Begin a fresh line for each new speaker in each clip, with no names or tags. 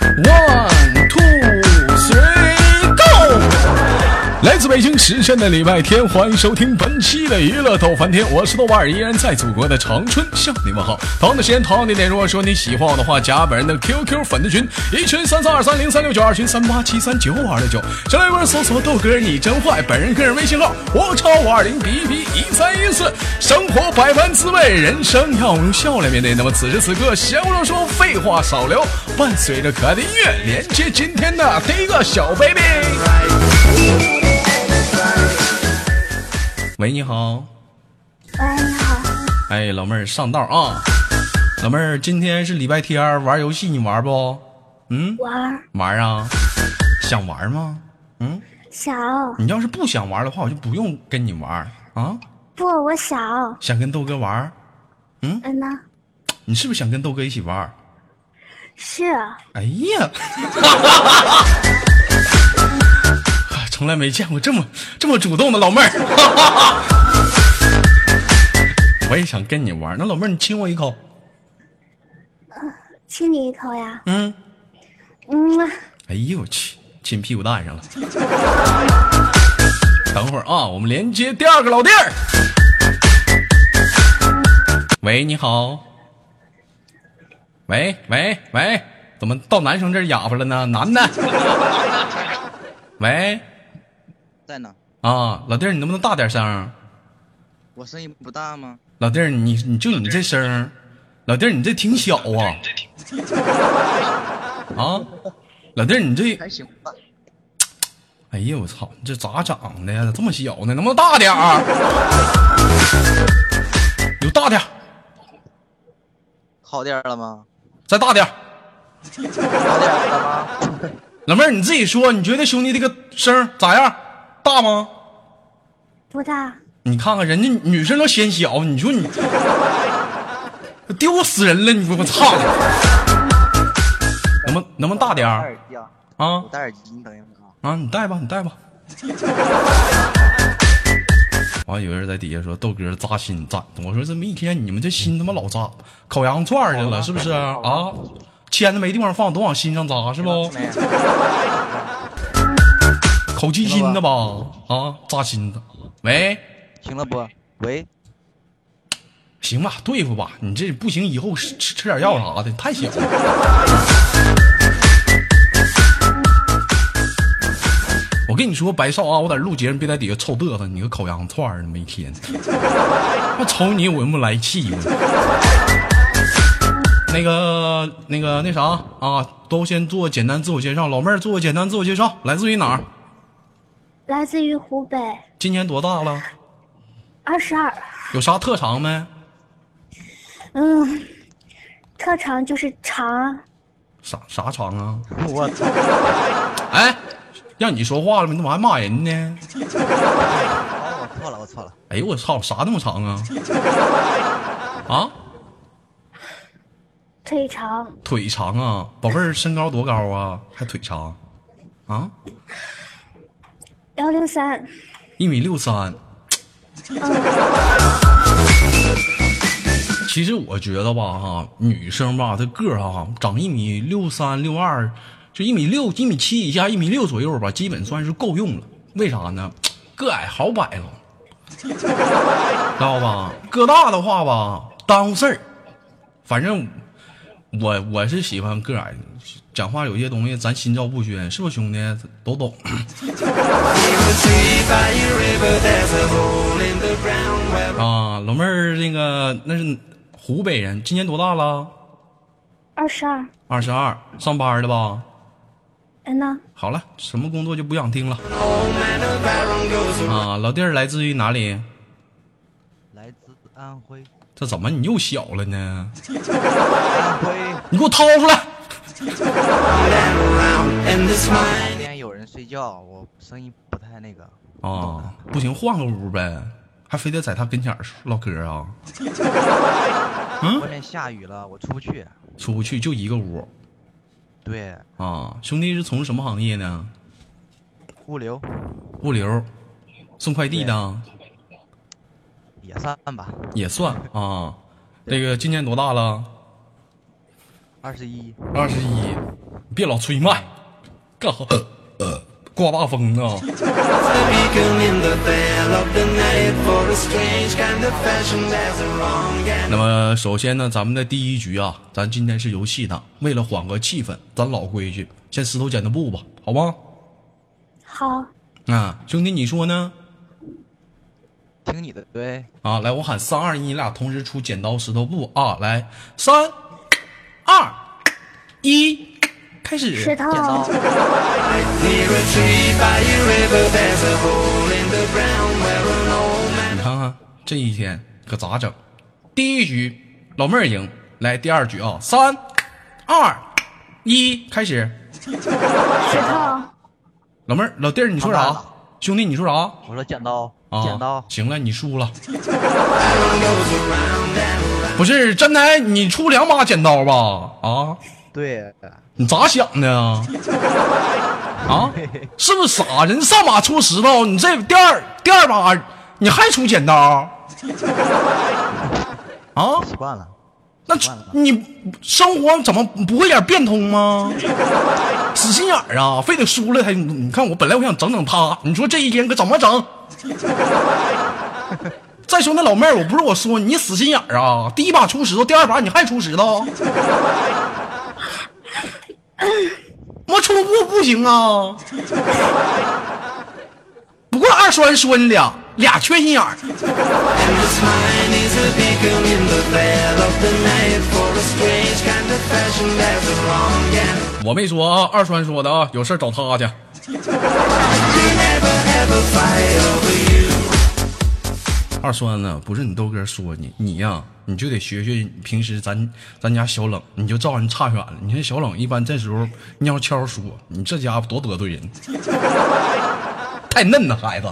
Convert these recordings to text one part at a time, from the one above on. One two three go！来自北京时间的礼拜天，欢迎收听本期的娱乐逗翻天，我是豆瓣儿，依然在祖国的长春向你们好。同样的时间，同样的地点，如果说你喜欢我的话，加本人的 QQ 粉丝群，一群三三二三零三六九，二群三八七三九五二六九，新浪微博搜索豆哥你真坏，本人个人微信号我超五二零 b b 一三一四。生活百般滋味，人生要用笑来面对。那么此时此刻，闲话少说，废话少聊，伴随着可爱的音乐，连接今天的第一个小 baby。喂，你好，
喂，你好，
哎，老妹儿上道啊，老妹儿，今天是礼拜天儿，玩游戏你玩不？嗯，
玩儿
玩啊，想玩吗？嗯，
小
你要是不想玩的话，我就不用跟你玩儿啊。
不，我小，
想跟豆哥玩儿，
嗯呐，
你是不是想跟豆哥一起玩儿？
是
哎呀， 啊从来没见过这么这么主动的老妹儿。 我也想跟你玩儿，那老妹儿你亲我一口，
亲你一口呀，
嗯，
嗯啊，
哎呦我去，亲屁股蛋上了。等会儿啊，我们连接第二个老弟儿。喂，你好。喂喂喂，怎么到男生这儿哑巴了呢？男的。喂
在呢。
啊，老弟儿，你能不能大点声儿？
我声音不大吗？
老弟儿，你你就你这声儿，老弟儿你这挺小啊。啊，老弟儿你这，
还行吧。
哎呀我操，你这咋长的呀？咋这么小呢？能不能大点儿？有大点儿，
好点儿了吗？
再大点儿。
好点儿了吗？
老妹儿你自己说，你觉得兄弟这个声儿咋样？大吗？
不大，
你看看人家女生都嫌小，你说你丢死人了！你我操！能不能不能大点
戴
儿
耳机啊！
啊
我？戴耳机，你等一会儿啊。
啊，你带吧，你带吧。完、有人在底下说豆哥扎心赞，我说这么一天你们这心他妈老扎，烤羊肉串儿去了是不是啊？啊签子没地方放，都往心上扎是不？
没有
烤鸡心的吧？啊，扎心的。喂，
行了不？ 喂，
行吧，对付吧，你这不行，以后吃吃吃点药啥的，太小了。我跟你说，白少啊，我在录节目，别在底下臭嘚瑟，你个烤羊肉串儿呢，每天，我瞅你我就不来气我。那个、那个、那啥啊，都先做简单自我介绍。老妹儿做简单自我介绍，来自于哪儿？
来自于湖北，
今年多大了？
二十二，
有啥特长没？
嗯，特长就是长，
啥啥长啊？
我操！
哎，让你说话了吗？你怎么还骂人呢？
我错了，我错了。
哎呦我操，啥那么长啊？啊，
腿长，
腿长啊，宝贝儿身高多高啊？还腿长？啊，
幺六三，
一米六三。 其实我觉得吧，哈，女生吧，她个儿哈、长一米六三、六二，就一米六、一米七以下，一米六左右吧，基本算是够用了。为啥呢？个矮好摆 了，知道吧？个大的话吧，耽误事儿。反正我我是喜欢个矮，讲话有些东西咱心照不宣，是不是兄弟？都懂。啊，老妹儿，那个那是湖北人，今年多大了？
二十二，
二十二，上班的吧？
嗯呐，
好了，什么工作就不想听了。啊，老弟儿来自于哪里？
来自安徽，
这怎么你又小了呢？
安徽
你给我掏出来！
旁边有人睡觉，我声音不太那个。
啊，不行，换个屋呗，还非得在他跟前儿唠嗑啊？嗯
外面下雨了，我出不去。
出不去就一个屋
对，
啊。兄弟是从什么行业呢？
物流
物流，送快递的
也算吧。
也算啊。那个今年多大了？
二十一，
二十一，别老吹麦，干哈？刮大风啊！
The beacon in the veil of the night for a strange kind of fashion that's wrong and
那么首先呢，咱们的第一局啊，咱今天是游戏党，为了缓和气氛，咱老规矩，先石头剪刀布吧，好吗？
好，
啊，兄弟，你说呢？
听你的，对，
啊，来，我喊三二一，你俩同时出剪刀石头布啊！来，三二一，开始。
石头
剪，刀，
near a tree by a river there's a hole in the ground where an old man
你看看这一天可咋整？第一局老妹儿赢，来第二局啊，三二一，开始。
石头，
老妹儿，老弟儿，你说
好
啥
吧？
兄弟，你说啥？
我说剪刀，
啊，
剪刀，
行了，你输了。 不是真的，你出两把剪刀吧？啊，
对，
你咋想的啊？啊，是不是傻？人上把出石头，你这第二第二把你还出剪刀？啊，
习惯了，
那
习惯了
你生活怎么不会点变通吗？ 死心眼儿啊，非得输了才。你看我本来我想整整他，你说这一天可怎么整？ 再说那老妹儿，我不是我说你死心眼儿啊！第一把出石头，第二把你还出石头，我出不不行啊！不过二栓说你俩俩缺心眼儿，
and his mind is a beacon in the veil of the night for a strange kind of fashion that's wrong and
我没说啊，二栓说的啊，有事儿找他去。
you never ever fight over you
二栓呢，不是你豆哥说你，你呀、你就得学学平时咱咱家小冷，你就照人差远了。你看小冷一般这时候尿悄说，你这家伙多得罪人， 太嫩了孩子。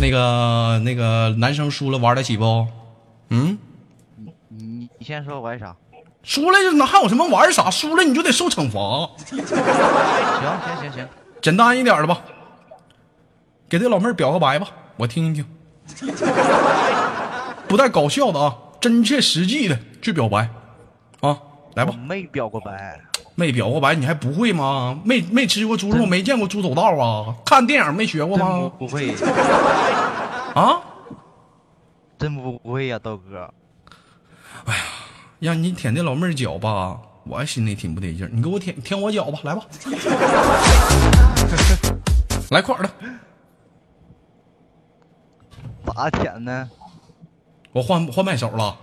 那个那个男生输了玩得起不？嗯，
你你先说玩啥？
输了就哪还有什么玩啥？输了你就得受惩罚，
行行行行，
简单一点的吧。给这老妹儿表个白吧，我听一听。不带搞笑的啊，真切实际的去表白，啊，来
我
吧，
没表过白，
没表过白你还不会吗？没没吃过猪肉，没见过猪走道啊？看电影没学过
真
吗
不？不会，
啊，
真不不会呀、豆哥，
让你舔这老妹儿脚吧，我还心里挺不得劲儿。你给我舔舔我脚吧，来吧， 来快点儿的，
咋舔呢？
我换换麦手了，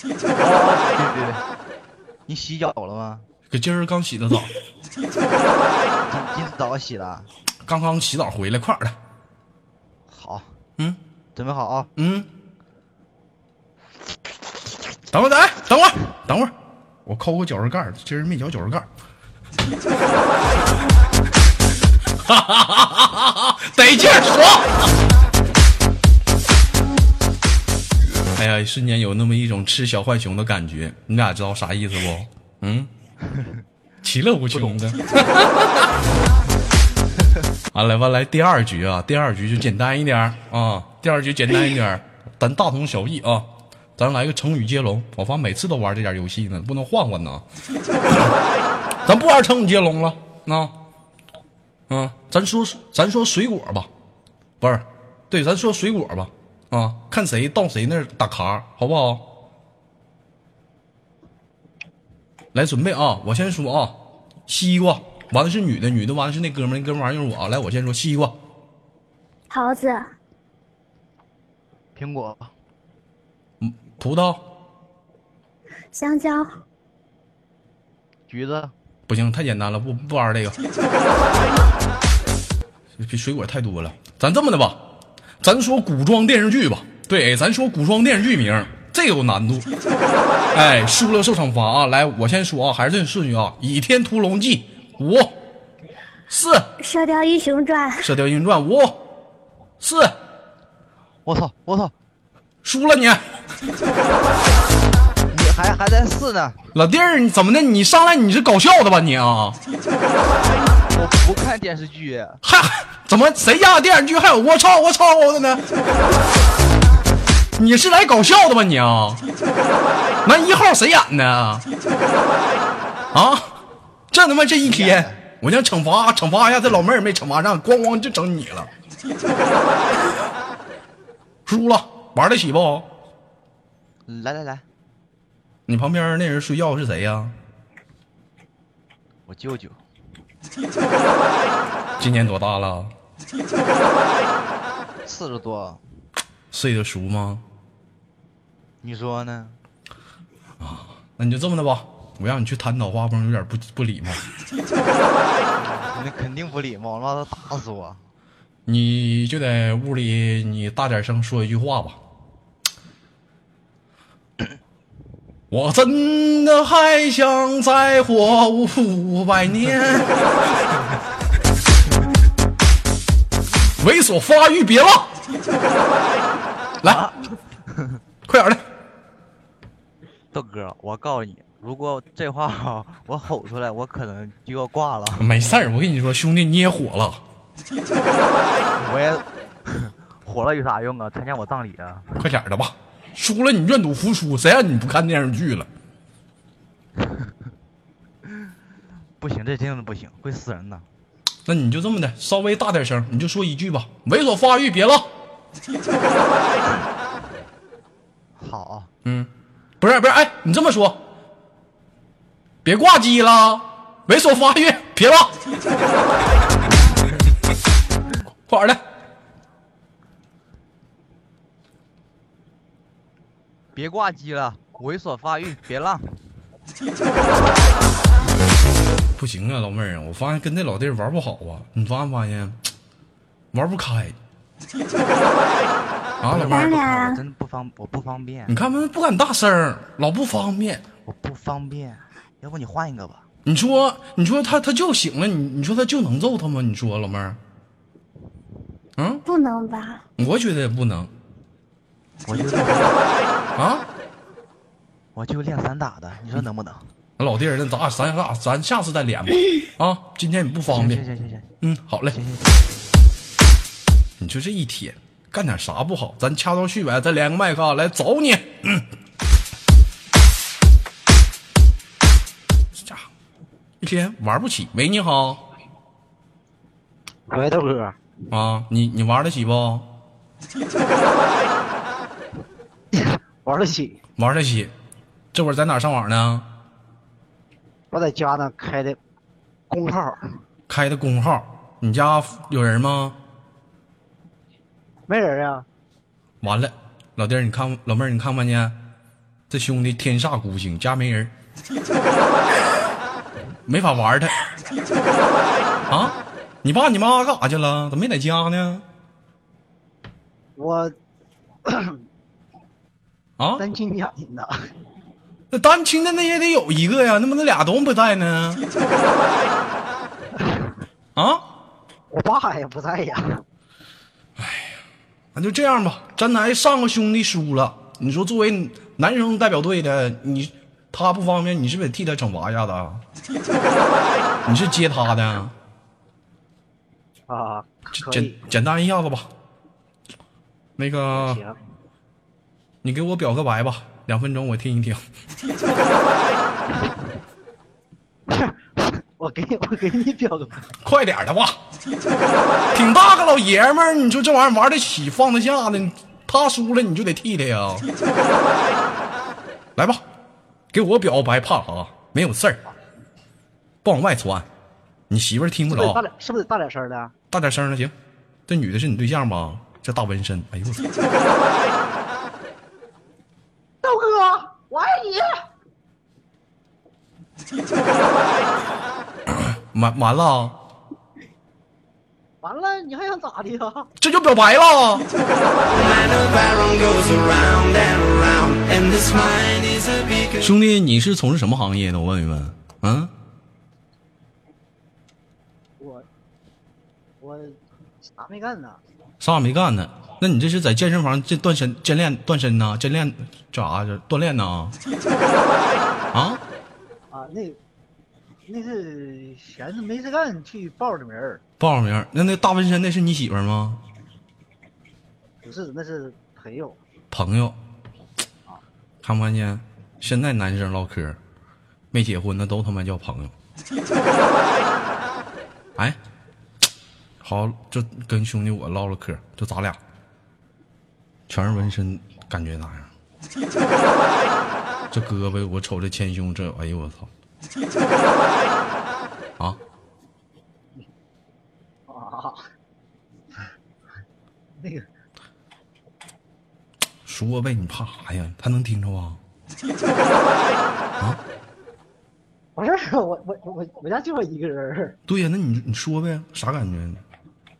对对对，你洗脚了吗？
可今儿刚洗的澡，
今今早洗了，
刚刚洗澡回来，快点儿的，
好，
嗯。
准备好啊！
嗯，等会儿，哎，等会儿，等会儿，我抠个脚趾盖儿，今儿没嚼脚趾盖儿。 得劲儿爽！哎呀，瞬间有那么一种吃小浣熊的感觉，你俩知道啥意思不？嗯， 其乐无穷的。完了啊完来第二局啊，第二局就简单一点儿啊，第二局简单一点儿，咱大同小异啊。咱来个成语接龙，我发现每次都玩这点游戏呢，不能换换呢。咱不玩成语接龙了，啊，嗯，咱说咱说水果吧，不是，对，咱说水果吧，啊，看谁到谁那儿打卡，好不好？来准备啊，我先说啊，西瓜，完了是女的，女的完了是那哥们儿，那哥们儿完了就是我啊。来，我先说西瓜，
桃子，
苹果、
嗯，葡萄
香蕉，
橘子、
不行，太简单了，不不玩这个。 这水果太多了，咱这么的吧，咱说古装电视剧吧。对，咱说古装电视剧名儿，这有难度。哎，输了受惩罚啊！来，我先说啊，还是这顺序啊，《倚天屠龙记》五、四，《
《射雕英雄传》，
射雕英雄传》五、四，
我操，我操，
输了你。
你还还在试呢？
老弟儿，你怎么的？你上来你是搞笑的吧你啊？
我不看电视剧，
还怎么谁家的电视剧还有我操我操我的呢？你是来搞笑的吧你啊？那一号谁演的？啊，这他妈这一天，我想惩罚惩罚一下这老妹儿，没惩罚上，咣咣就整你了，输了，玩得起不？
来来来，
你旁边那人睡觉是谁呀、
我舅舅
今年多大了？
四十多，
睡得熟吗？
你说呢？
那你就这么的吧，我让你去弹脑花崩，有点不不礼貌。
那肯定不礼貌，他妈的打死我！
你就在屋里，你大点声说一句话吧。 我真的还想再活五百年， 猥琐发育，别忘。来，快点儿的，
豆哥，我告诉你，如果这话我吼出来，我可能就要挂了。
没事儿。我跟你说，兄弟你也火了，
我也 火了有啥用啊？参加我葬礼啊？
快点儿的吧。输了你愿赌服输，谁让你不看电视剧了？
不行，这真的不行，会死人的。
那你就这么的，稍微大点声，你就说一句吧，猥琐发育，别浪。
好啊，
嗯，不是不是，哎，你这么说，别挂机了，猥琐发育，别浪。快点儿的，
别挂机了，猥琐发育，别浪。
不行啊，老妹儿啊，我发现跟这老弟儿玩不好啊，你发没发现，玩不 开。啊，
哎
老妹
当
儿，
然
我真的不方，我不方便
你，看吧，不敢大声儿，老不方便。
我不方便。要不你换一个吧？
你说，你说他他就醒了，你你说他就能揍他吗？你说老妹儿，嗯，
不能吧？
我觉得也不能
我就练，
啊。
我就练散打的，你说能不能？
老弟儿，那咱俩啊咱俩咱下次再连吧。啊，今天你不方
行行
便。
行行行
嗯，好嘞。
行行。
你就这一天干点啥不好？咱掐头去尾，再连个麦克啊来找你。嗯，这家伙一天玩不起。喂，你好
喂，豆哥，
啊，你你玩得起不？
玩得起。
玩得起。这会儿在哪上网呢？
我在家呢开的公号，
开的公号。你家有人吗？
没人啊，
完了，老弟儿，你看老妹儿，你看没看见？这兄弟天煞孤星，家没人 儿，没法玩儿他。啊，你爸你妈干啥去了？怎么没在家呢？
我
啊，
单亲家庭的，
那单亲的那也得有一个呀，那么那俩都不在呢？啊，
我爸也不在呀。
那就这样吧。咱来上个兄弟输了，你说作为男生代表队的你，他不方便，你是不是得替他惩罚一下子 啊？你是接他的啊？
啊，可
简
以，
简单一下子吧。那个，
行，
你给我表个白吧，两分钟我听一听。
我给你，我给你表个白，
快点儿的吧， 挺大个老爷们儿，你说这玩意儿玩得起放得下的，他输了你就得替他呀。 来吧，给我表个白，怕啥？没有事儿，不往外传，你媳妇儿听不
是不是
着
大。点，是不是得大点声儿的？啊
大点声了，行。这女的是你对象吧？这大纹身，哎呦我操！
豆哥，我爱你。
完完了，
完了，你还想咋的啊呀？
这就表白了。
Mind of iron goes around and around, and this mind is a beacon.
兄弟，你是从事什么行业的？我问一问。嗯，
我我啥没干呢？
啥也没干呢。那你这是在健身房这锻身、健练、锻身呢？健练这啥呀？锻炼呢？啊，
啊，那那是闲着没事干去报的名儿，
报上名儿。那那大纹身那是你媳妇儿吗？
不是，那是朋友。
朋友，看没看见？现在男生唠嗑，没结婚的都他妈叫朋友。哎，好，就跟兄弟我唠唠嗑，就咱俩，全是纹身，感觉咋样？这胳膊，我瞅这前胸，这，哎呦我操！啊，
啊， 那个
说呗，你怕啥呀？他能听着啊？
不是我我我我家就我一个人儿，
对呀，那你你说呗，啥感觉？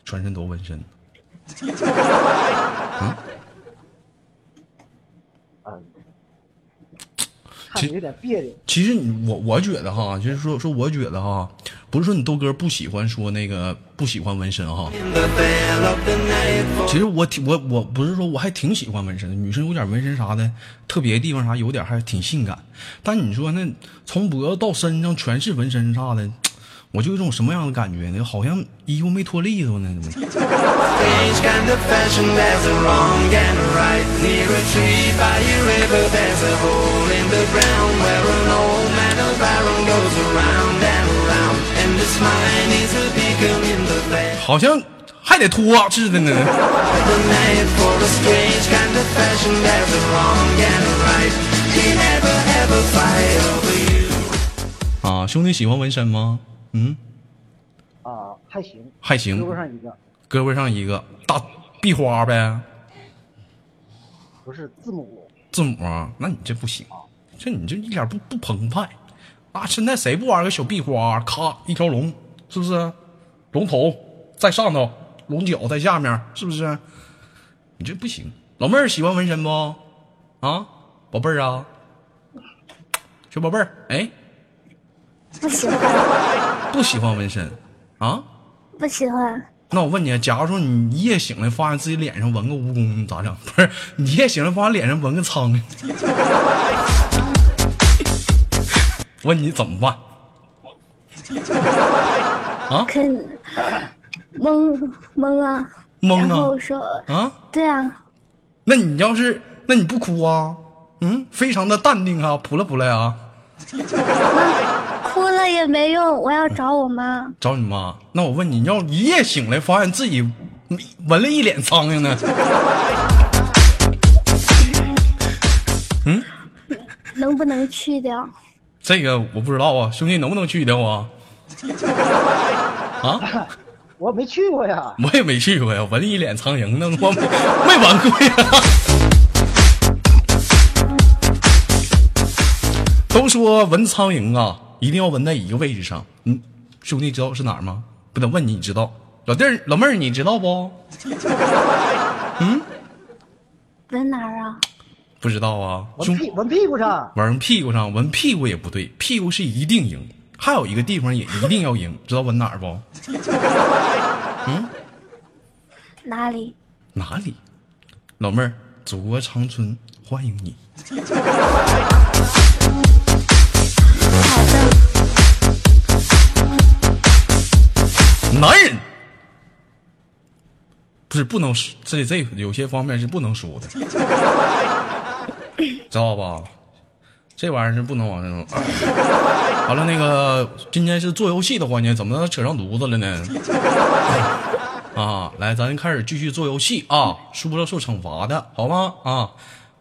全身都纹身，
嗯，看着有点别扭，
其实你我我觉得哈，就是说说我觉得哈，不是说你豆哥不喜欢说那个不喜欢纹身哈，
In the veil of the night for
其实我挺我我不是说我还挺喜欢纹身的，女生有点纹身啥的，特别的地方啥有点还挺性感。但你说那从脖子到身上全是纹身啥的，我就有一种什么样的感觉呢？好像衣服没脱利索呢，怎么？
strange kind of fashion. There's a wrong and a right. Near a tree by a river, there's a hole in the ground where an old man of iron goes around and around. And this mine is a beacon in the veil
好像还得脱似的呢。
of the night for a strange kind of fashion. There's a wrong and a right. He never ever fight over you.
啊，兄弟喜欢纹身吗？嗯，
啊，还行，
还行
胳，膊上一个，
胳膊上一个大壁花呗，
不是字母，
字母啊，那你这不行，这你这一点不不澎湃。啊，现在谁不玩个小壁花？咔，一条龙，是不是？龙头在上头，龙角在下面，是不是？你这不行。老妹儿喜欢纹身不？啊，宝贝儿啊，小宝贝儿，哎，
不喜欢，
不喜欢纹身啊？
不喜欢，
那我问你，啊假如说你一夜醒来发现自己脸上纹个蜈蚣，你咋整？不是，你一夜醒来发现脸上纹个苍蝇，问你怎么办？
肯懵懵啊，
懵
然后
啊
说，
啊！
对啊，
那你要是那你不哭啊？嗯，非常的淡定啊，扑了扑了啊，
哭了也没用，我要找我妈，
找你妈。那我问你，要一夜醒来发现自己纹了一脸苍蝇呢？
能不能去掉？
这个我不知道啊，兄弟能不能去掉啊？啊？
我没去过呀，
我也没去过呀，纹一脸苍蝇呢，我没没玩过呀。都说纹苍蝇啊，一定要纹在一个位置上。嗯，兄弟知道是哪儿吗？不得问你，你知道？老弟儿、老妹儿，你知道不？
纹哪儿啊？
不知道啊，
纹
兄
屁纹屁股上，
纹屁股上纹屁股也不对，屁股是一定赢，还有一个地方也一定要赢，知道纹哪儿不？
哪里？
哪里？老妹儿，祖国长春欢迎你。
好的。
男人不是不能说，这这有些方面是不能说的，知道吧？这玩意儿是不能往上弄。完了，那个今天是做游戏的环节，怎么扯上犊子了呢？啊，来，咱开始继续做游戏啊，输了受惩罚的，好吗？啊，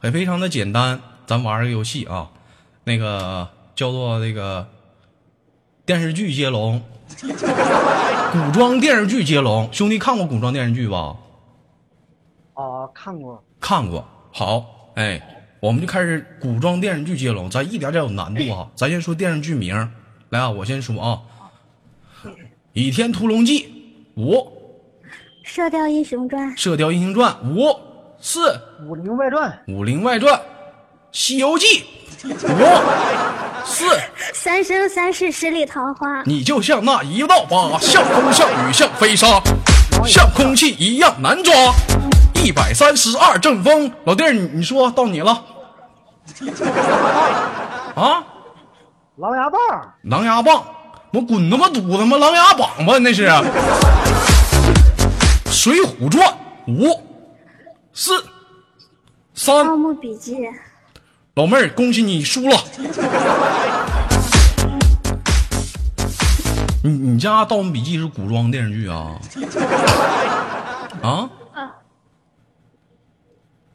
也非常的简单，咱玩个游戏啊，那个叫做那个电视剧接龙，古装电视剧接龙，兄弟看过古装电视剧吧？
啊，看过，
看过。好，哎，我们就开始古装电视剧接龙，咱一点点有难度啊。咱先说电视剧名儿，来啊，我先说啊，《倚天屠龙记》五，《
《射雕英雄传》
射雕英雄传》五四，《
《武林外传》
武林外传》《西游记》五四，
《三生三世十里桃花》
你就像那一道疤，像风像雨像飞沙，像空气一样难抓。一百三十二阵风，老弟儿，你你说到你了。啊，
《琅琊榜
狼牙棒，我滚他妈犊子吗？狼牙膀吧那是。水浒传五四
《
三
盗墓笔记》
老妹儿，恭喜你输了。你你家《盗墓笔记》是古装电视剧啊？啊，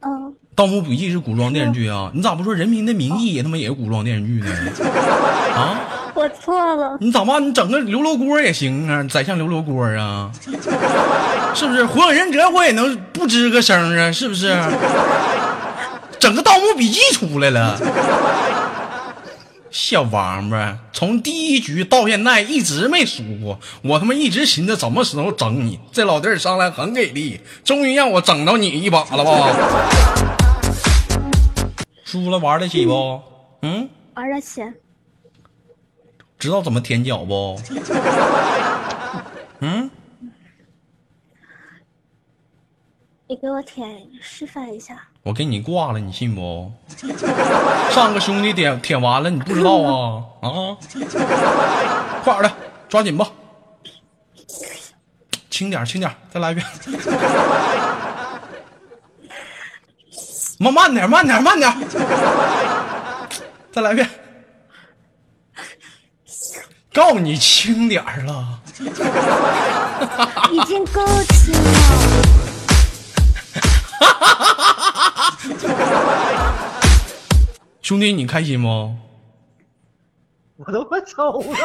嗯，
《盗墓笔记》是古装电视剧啊？你咋不说《人民的名义》也他妈也是古装电视剧呢？啊，
我错了，
你咋办？你整个刘罗锅也行啊，宰相刘罗锅啊，是不是？火影忍者我也能不吱个声啊，是不是？整个《盗墓笔记》出来了，小王八，从第一局到现在一直没输过，我他妈一直寻思怎么时候整你。这老弟儿上来很给力，终于让我整到你一把了吧？输了玩得起不？嗯，
玩得起，
知道怎么舔脚不？嗯。
你给我舔示范一下。
我给你挂了，你信不？ 上个兄弟点舔完了，你不知道啊啊！快点儿的，抓紧吧，轻点儿，轻点儿，再来一遍。慢慢点儿，慢点儿，慢点儿，再来一遍。告诉你轻点儿了，
已经够轻了，
兄弟，你开心不？
我都快抽了，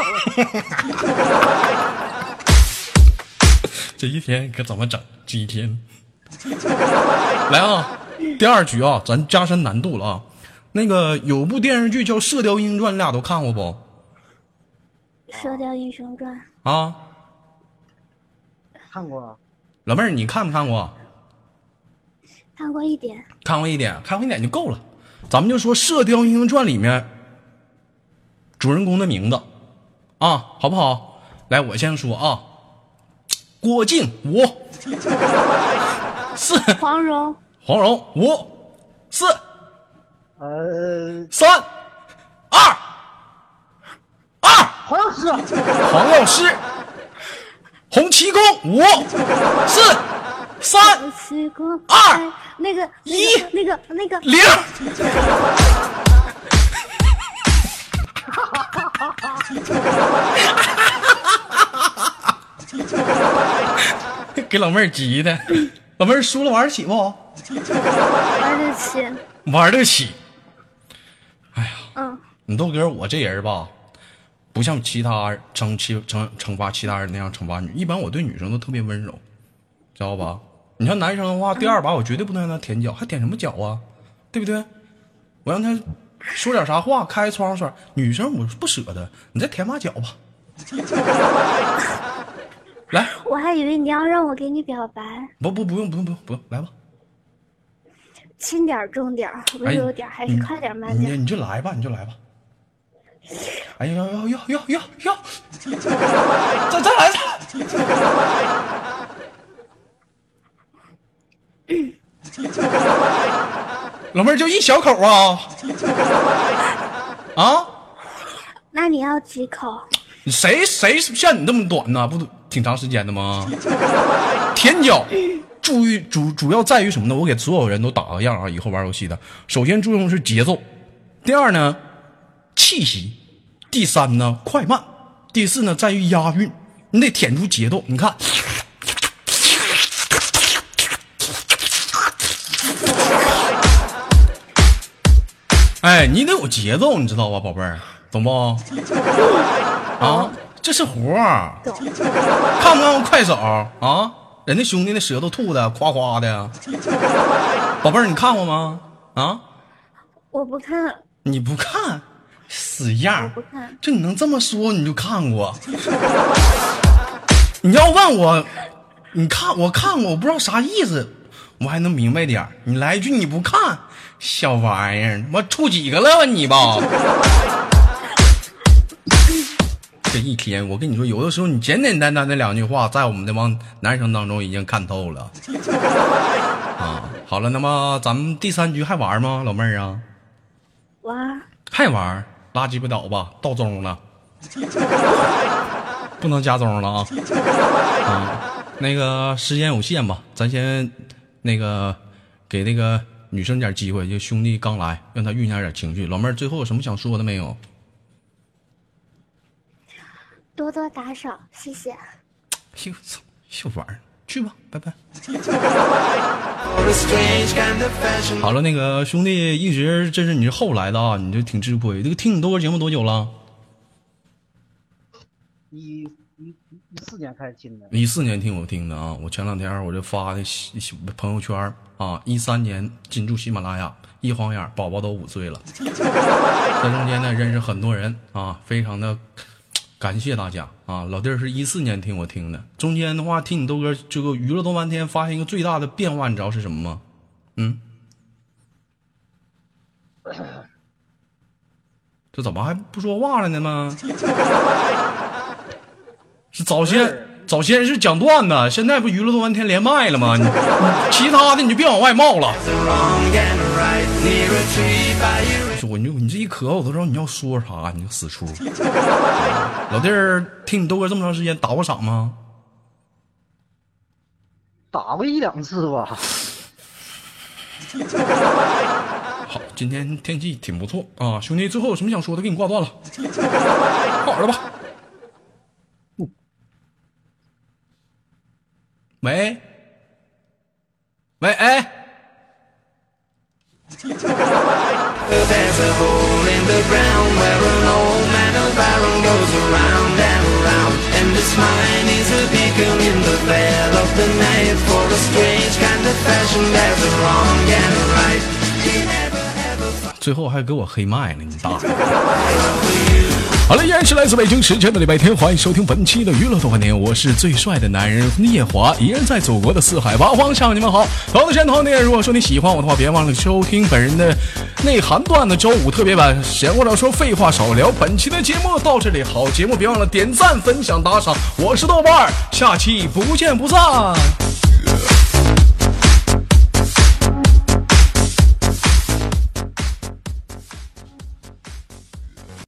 这一天可怎么整？这一天， 来啊，第二局啊，咱加深难度了啊。那个有部电视剧叫《射雕英雄传》，你俩都看过不？
《射雕英雄传》
啊，
看过
老妹儿，你看没看过？
看过一点，
看过一点，看过一点就够了。咱们就说《射雕英雄传》里面主人公的名字啊，好不好？来，我先说啊，郭靖五四，
黄蓉、
黄蓉五四
呃，
三二二。
好像是啊
黄药师，洪七公，五、四、三、
七公
二
哎那个
一
那个那个那个
零。 给老妹儿急的，老妹儿输了玩得起不？
玩得起，
玩得起。哎
嗯，
你豆哥，我这人吧，不像其他人惩其惩惩罚其他人那样惩罚女，一般我对女生都特别温柔，知道吧？你像男生的话，第二把我绝对不能让他舔脚，还舔什么脚啊？对不对？我让他说点啥话，开窗说。女生我不舍得，你再舔把脚吧。 来，
我还以为你要让我给你表白，
不不不用不用不用不用，来吧。
轻点儿重点儿，
哎嗯
温柔点儿还是快点儿慢
你
点
你
儿？
你就来吧，你就来吧。哎呀呀呀呀呀呀！再再来再来！老妹儿就一小口啊啊！
那你要几口？
你谁谁像你那么短呢？不都挺长时间的吗？舔脚，注意主主要在于什么呢？我给所有人都打个样啊，以后玩游戏的，首先注重是节奏，第二呢气息，第三呢快慢，第四呢在于押韵，你得舔出节奏。你看，哎，你得有节奏，你知道吧，宝贝儿，懂不？啊，这是活儿。
懂，
看不看我快手啊？人家兄弟那舌头吐的夸夸的，宝贝儿，你看过吗？啊，
我不看，
你不看，死样儿
我不看
就你能这么说，你就看过。 你要问我，你看我看过，我不知道啥意思，我还能明白点儿你来一句你不看，小玩意儿，我处几个了吧你吧？ 这一天，我跟你说，有的时候你简简单单的两句话，在我们这帮男生当中已经看透了。啊，好了，那么咱们第三局还玩吗，老妹儿啊？
玩
还玩儿？拉鸡巴倒吧，到中了， 不能加钟了啊！啊，那个时间有限吧，咱先那个给那个女生点机会，就兄弟刚来，让他酝酿点情绪。老妹儿，最后有什么想说的没有？
多多打赏，谢谢。
哎呦操，又玩儿，去吧，拜拜。
Or a strange kind of fashion
好了，那个兄弟，一直这是你是后来的啊，你就挺智慧。这个听你豆哥节目多久了？
一一一一四年开始进的，
一四年听我听的啊，我前两天我就发的喜喜朋友圈儿啊，一三年进驻喜马拉雅，一晃眼儿宝宝都五岁了， 在中间呢认识很多人啊，非常的感谢大家啊。老弟儿是一四年听我听的，中间的话听你豆哥这个娱乐多半天，发现一个最大的变化，你知道是什么吗？嗯，这怎么还不说话了呢吗？是早先早先是讲段子，现在不娱乐多半天连麦了吗？你你其他的你就别往外冒了。
wrong and right near a tree by your
说我你你这一咳，我都知道你要说啥，你个死出。老弟儿，听你豆哥这么长时间，打过赏吗？
打过一两次吧。
好，今天天气挺不错啊，兄弟，最后有什么想说的，给你挂断了，挂耳了吧。喂，喂，哎，
There's a hole in the ground where an old man of iron goes around and around. And this mine is a beacon in the veil of the night for a strange kind of fashion. There's a wrong and a right. He never ever
最后还给我黑麦了，你大爷！
好了，依然是来自北京时间的礼拜天，欢迎收听本期的娱乐豆瓣天，我是最帅的男人聂华，依然在祖国的四海八荒向你们好。同样的时间，同样的地点如果说你喜欢我的话，别忘了收听本人的内涵段子周五特别版。闲话少说，废话少聊，本期的节目到这里，好节目别忘了点赞、分享、打赏。我是豆瓣儿，下期不见不散。